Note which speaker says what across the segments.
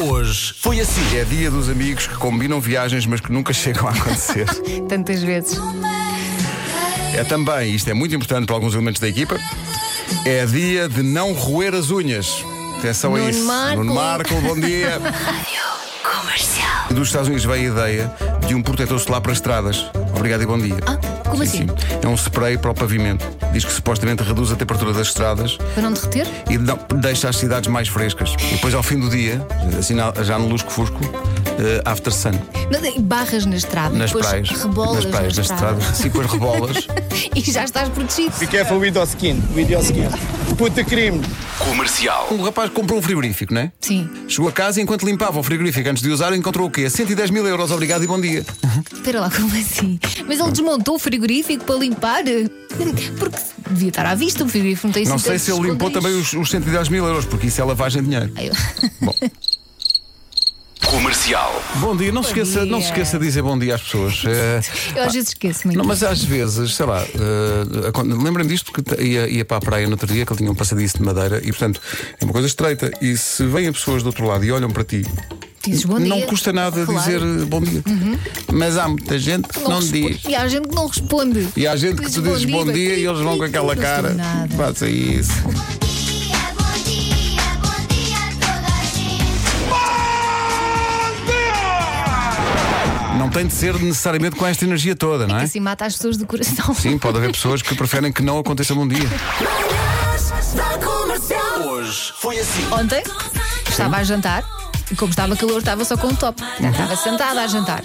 Speaker 1: hoje foi assim.
Speaker 2: É dia dos amigos que combinam viagens, mas que nunca chegam a acontecer.
Speaker 3: Tantas vezes.
Speaker 2: é também, isto é muito importante para alguns elementos da equipa, é dia de não roer as unhas. Atenção a
Speaker 3: Nuno
Speaker 2: isso.
Speaker 3: Marco.
Speaker 2: Nuno Marco, bom dia.
Speaker 4: Comercial.
Speaker 2: Dos Estados Unidos veio a ideia de um protetor solar para estradas. Obrigado e bom dia.
Speaker 3: Ah, como
Speaker 2: Sim, sim.
Speaker 3: assim?
Speaker 2: É um spray para o pavimento. Diz que supostamente reduz a temperatura das estradas
Speaker 3: Para não derreter?
Speaker 2: e não- deixa as cidades mais frescas. E depois, ao fim do dia, assim na- já no lusco-fusco, eh, after sun,
Speaker 3: Mas, e barras na estrada,
Speaker 2: nas
Speaker 3: depois
Speaker 2: praias. nas
Speaker 3: rebolas
Speaker 2: praias,
Speaker 3: na
Speaker 2: nas
Speaker 3: estrada.
Speaker 2: estradas. Sim, depois rebolas.
Speaker 3: e já estás protegido.
Speaker 5: Be careful with your skin, with your skin. Put the cream.
Speaker 1: Comercial.
Speaker 2: um rapaz comprou um frigorífico, não é?
Speaker 3: Sim.
Speaker 2: Chegou a casa e enquanto limpava o frigorífico antes de usar, encontrou o quê? 110 mil euros, obrigado e bom dia.
Speaker 3: Espera lá, como assim? Mas ele desmontou o frigorífico para limpar? Porque devia estar à vista, o frigorífico não tem
Speaker 2: Não
Speaker 3: assim
Speaker 2: sei
Speaker 3: tantos
Speaker 2: se ele limpou
Speaker 3: esconderijos.
Speaker 2: também os, os 110 mil euros, porque isso é lavagem de dinheiro.
Speaker 3: Ai, eu-
Speaker 2: Bom,
Speaker 1: Comercial.
Speaker 2: bom dia, não se,
Speaker 3: Bom
Speaker 2: esqueça, não se
Speaker 3: dia.
Speaker 2: esqueça de dizer bom dia às pessoas. Eh,
Speaker 3: Eu às vezes esqueço-me.
Speaker 2: Não, mas às vezes, sei lá, eh, acon- lembra-me disto porque t- ia, ia para a praia no outro dia que ele tinha um passadiço de madeira e, portanto, é uma coisa estreita. E se vêm pessoas do outro lado e olham para ti,
Speaker 3: Dizes bom
Speaker 2: não
Speaker 3: dia.
Speaker 2: custa nada
Speaker 3: Claro. Uhum.
Speaker 2: dizer eh, bom dia. Mas há muita gente que não,
Speaker 3: responde.
Speaker 2: diz.
Speaker 3: E há gente que não responde.
Speaker 2: E há gente que tu dizes bom dia e eles vão com aquela
Speaker 3: Não custa
Speaker 2: cara.
Speaker 3: nada.
Speaker 2: Faça isso.
Speaker 4: Bom dia, bom dia, bom dia a toda a gente.
Speaker 2: Não tem de ser necessariamente com esta energia toda, não é?
Speaker 3: Assim mata as pessoas do coração.
Speaker 2: Sim, pode haver pessoas que preferem que não aconteça bom dia.
Speaker 1: Hoje foi assim.
Speaker 3: Ontem estava a jantar e, como estava calor, estava só com um top.
Speaker 2: Uhum.
Speaker 3: Portanto, Estava sentada a jantar.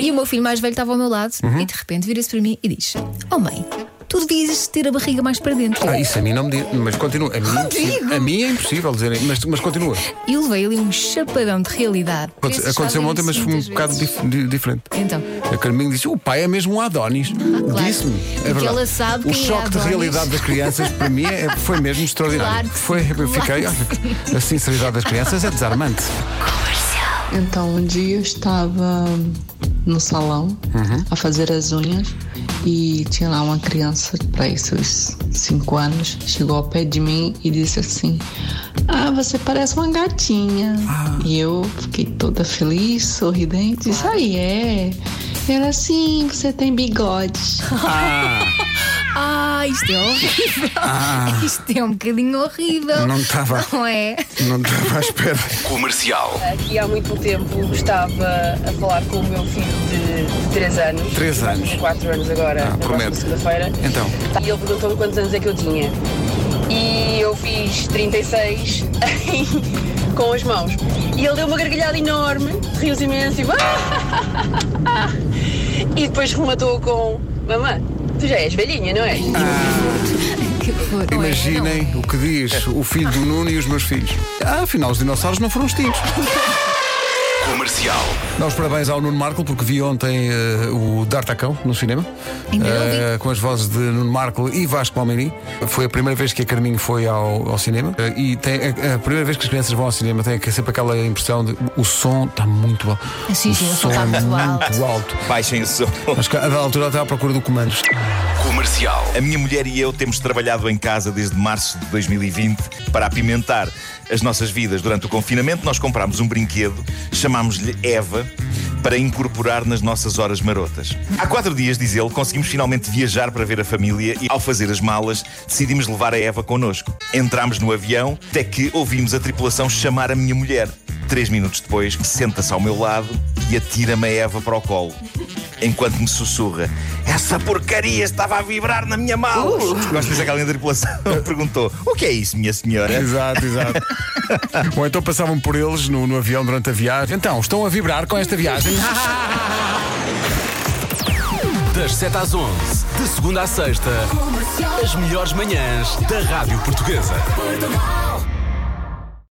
Speaker 3: E o meu filho mais velho estava ao meu lado
Speaker 2: Uhum.
Speaker 3: e de repente vira-se para mim e diz: Oh mãe, tu devias ter a barriga mais para dentro.
Speaker 2: Ah, isso a mim não me diz. Mas continua. A mim, é impossível- a mim é impossível dizerem. Mas, mas continua.
Speaker 3: E levei ali um chapadão de realidade.
Speaker 2: Aconte-
Speaker 3: Esses
Speaker 2: Aconteceu
Speaker 3: fazem
Speaker 2: ontem,
Speaker 3: isso
Speaker 2: mas foi um
Speaker 3: muitas
Speaker 2: bocado
Speaker 3: vezes.
Speaker 2: dif- di- diferente.
Speaker 3: Então,
Speaker 2: A Carminho disse: o pai é mesmo um Adonis.
Speaker 3: Ah, claro.
Speaker 2: Disse-me. É
Speaker 3: Porque
Speaker 2: verdade.
Speaker 3: ela sabe
Speaker 2: O
Speaker 3: quem é
Speaker 2: choque de
Speaker 3: Adonis.
Speaker 2: realidade das crianças, para mim, é- foi mesmo
Speaker 3: Claro
Speaker 2: extraordinário.
Speaker 3: que
Speaker 2: foi,
Speaker 3: sim,
Speaker 2: eu
Speaker 3: claro
Speaker 2: fiquei.
Speaker 3: que
Speaker 2: olha, a sinceridade das crianças é desarmante.
Speaker 4: Comercial.
Speaker 6: Então, um dia eu estava no salão a fazer as unhas e tinha lá uma criança para esses 5 anos, chegou ao pé de mim e disse assim: Ah, você parece uma gatinha. E eu fiquei toda feliz, sorridente, disse: Ah, é. Ela assim, você tem bigode.
Speaker 3: ah, isto é horrível. Isto é um bocadinho horrível.
Speaker 2: Ah. Não estava.
Speaker 3: Não é?
Speaker 2: Não estava à espera.
Speaker 1: Comercial.
Speaker 7: Aqui há muito tempo estava a falar com o meu filho de 3 anos.
Speaker 2: Três
Speaker 7: Vai
Speaker 2: anos.
Speaker 7: fazer quatro anos agora,
Speaker 2: Ah,
Speaker 7: na próxima
Speaker 2: promete.
Speaker 7: segunda-feira.
Speaker 2: Então.
Speaker 7: E ele perguntou-me quantos anos é que eu tinha. E eu fiz 36 com as mãos. E ele deu uma gargalhada enorme, riu-se imenso e. e depois rematou com: Mamã, tu já és velhinha, não é?
Speaker 3: Que horror. Não é, não é.
Speaker 2: Imaginem o que diz o filho do Nuno e os meus filhos. Ah, afinal, os dinossauros não foram extintos.
Speaker 1: Comercial.
Speaker 2: Dá os parabéns ao Nuno Marco, porque vi ontem eh, o D'Artacão no cinema.
Speaker 3: Ainda não vi.
Speaker 2: Eh, com as vozes de Nuno Marco e Vasco Palmeirim. Foi a primeira vez que a Carminho foi ao, ao cinema. Eh, e tem, a, a primeira vez que as crianças vão ao cinema tem que- sempre aquela impressão de o som está muito alto.
Speaker 3: Sim,
Speaker 2: o
Speaker 3: sim, o som
Speaker 2: som
Speaker 3: está
Speaker 2: é
Speaker 3: muito
Speaker 2: muito alto.
Speaker 8: Baixem o som.
Speaker 2: Mas que a da altura está à procura do comando.
Speaker 1: Comercial.
Speaker 8: A minha mulher e eu temos trabalhado em casa desde março de 2020 para apimentar as nossas vidas. Durante o confinamento, nós comprámos um brinquedo, chamámos-lhe Eva, para incorporar nas nossas horas marotas. Há quatro dias, diz ele, conseguimos finalmente viajar para ver a família e, ao fazer as malas, decidimos levar a Eva connosco. Entramos no avião, até que ouvimos a tripulação chamar a minha mulher. Três minutos depois, senta-se ao meu lado e atira-me a Eva para o colo enquanto me sussurra: Essa porcaria estava a vibrar na minha mala. Gosto de dizer que alguém da tripulação perguntou: O que é isso, minha senhora?
Speaker 2: Exato, exato. Ou então passavam por eles no, no avião durante a viagem. Então, estão a vibrar com esta viagem.
Speaker 9: Das 7 às 11, de segunda à sexta, as melhores manhãs da Rádio Portuguesa.
Speaker 4: Portugal.